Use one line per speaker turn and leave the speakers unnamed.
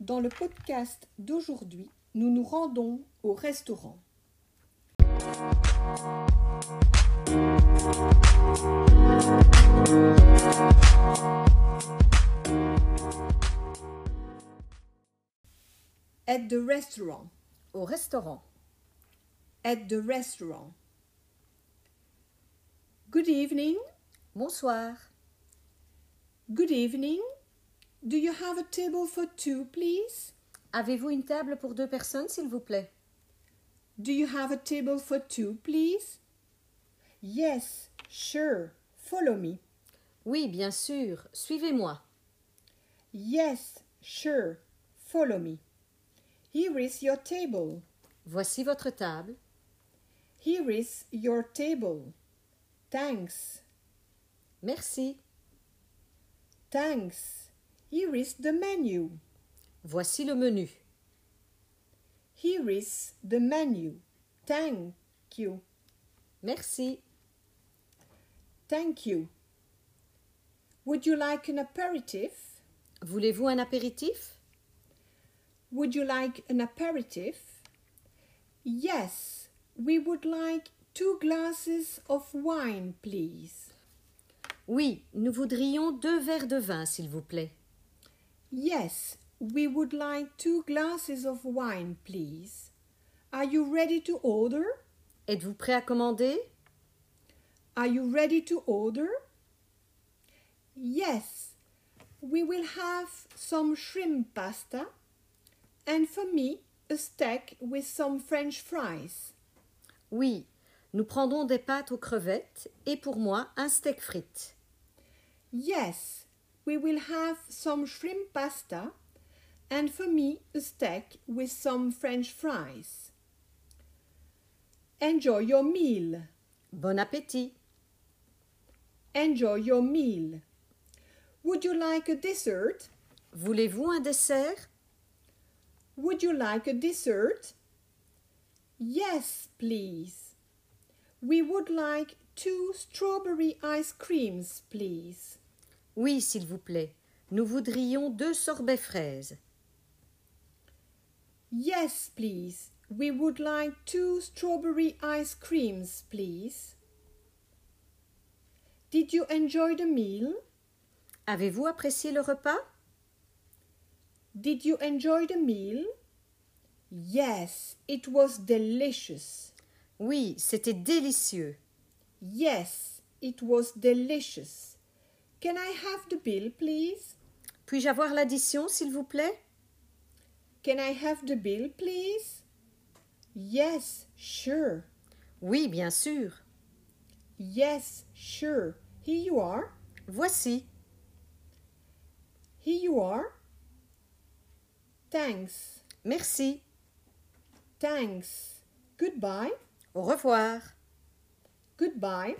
Dans le podcast d'aujourd'hui, nous nous rendons au restaurant. At the restaurant.
Au restaurant.
At the restaurant. Good evening.
Bonsoir.
Good evening. Do you have a table for two, please?
Avez-vous une table pour deux personnes, s'il vous plaît
Do you have a table for two, please? Yes, sure. Follow me.
Oui, bien sûr. Suivez-moi.
Yes, sure. Follow me. Here is your table.
Voici votre table.
Here is your table. Thanks.
Merci.
Thanks. Here is the menu.
Voici le menu.
Here is the menu. Thank you.
Merci.
Thank you. Would you like an aperitif?
Voulez-vous un apéritif
Would you like an aperitif? Yes, we would like two glasses of wine, please.
Oui, nous voudrions deux verres de vin, s'il vous plaît.
Yes, we would like two glasses of wine, please. Are you ready to order?
Êtes-vous prêt à commander
Are you ready to order? Yes, we will have some shrimp pasta and for me a steak with some french fries.
Oui. Nous prendrons des pâtes aux crevettes et pour moi un steak frites.
Yes, we will have some shrimp pasta and for me a steak with some french fries. Enjoy your meal.
Bon appétit.
Enjoy your meal. Would you like a dessert?
Voulez-vous un dessert
Would you like a dessert? Yes, please. We would like two strawberry ice creams, please.
Oui, s'il vous plaît. Nous voudrions deux sorbets fraises.
Yes, please. We would like two strawberry ice creams, please. Did you enjoy the meal?
Avez-vous apprécié le repas
Did you enjoy the meal? Yes, it was delicious.
Oui, c'était délicieux.
Yes, it was delicious. Can I have the bill, please?
Puis-je avoir l'addition, s'il vous plaît
Can I have the bill, please? Yes, sure.
Oui, bien sûr.
Yes, sure. Here you are.
Voici.
Here you are. Thanks.
Merci.
Thanks. Goodbye.
Au revoir.
Goodbye.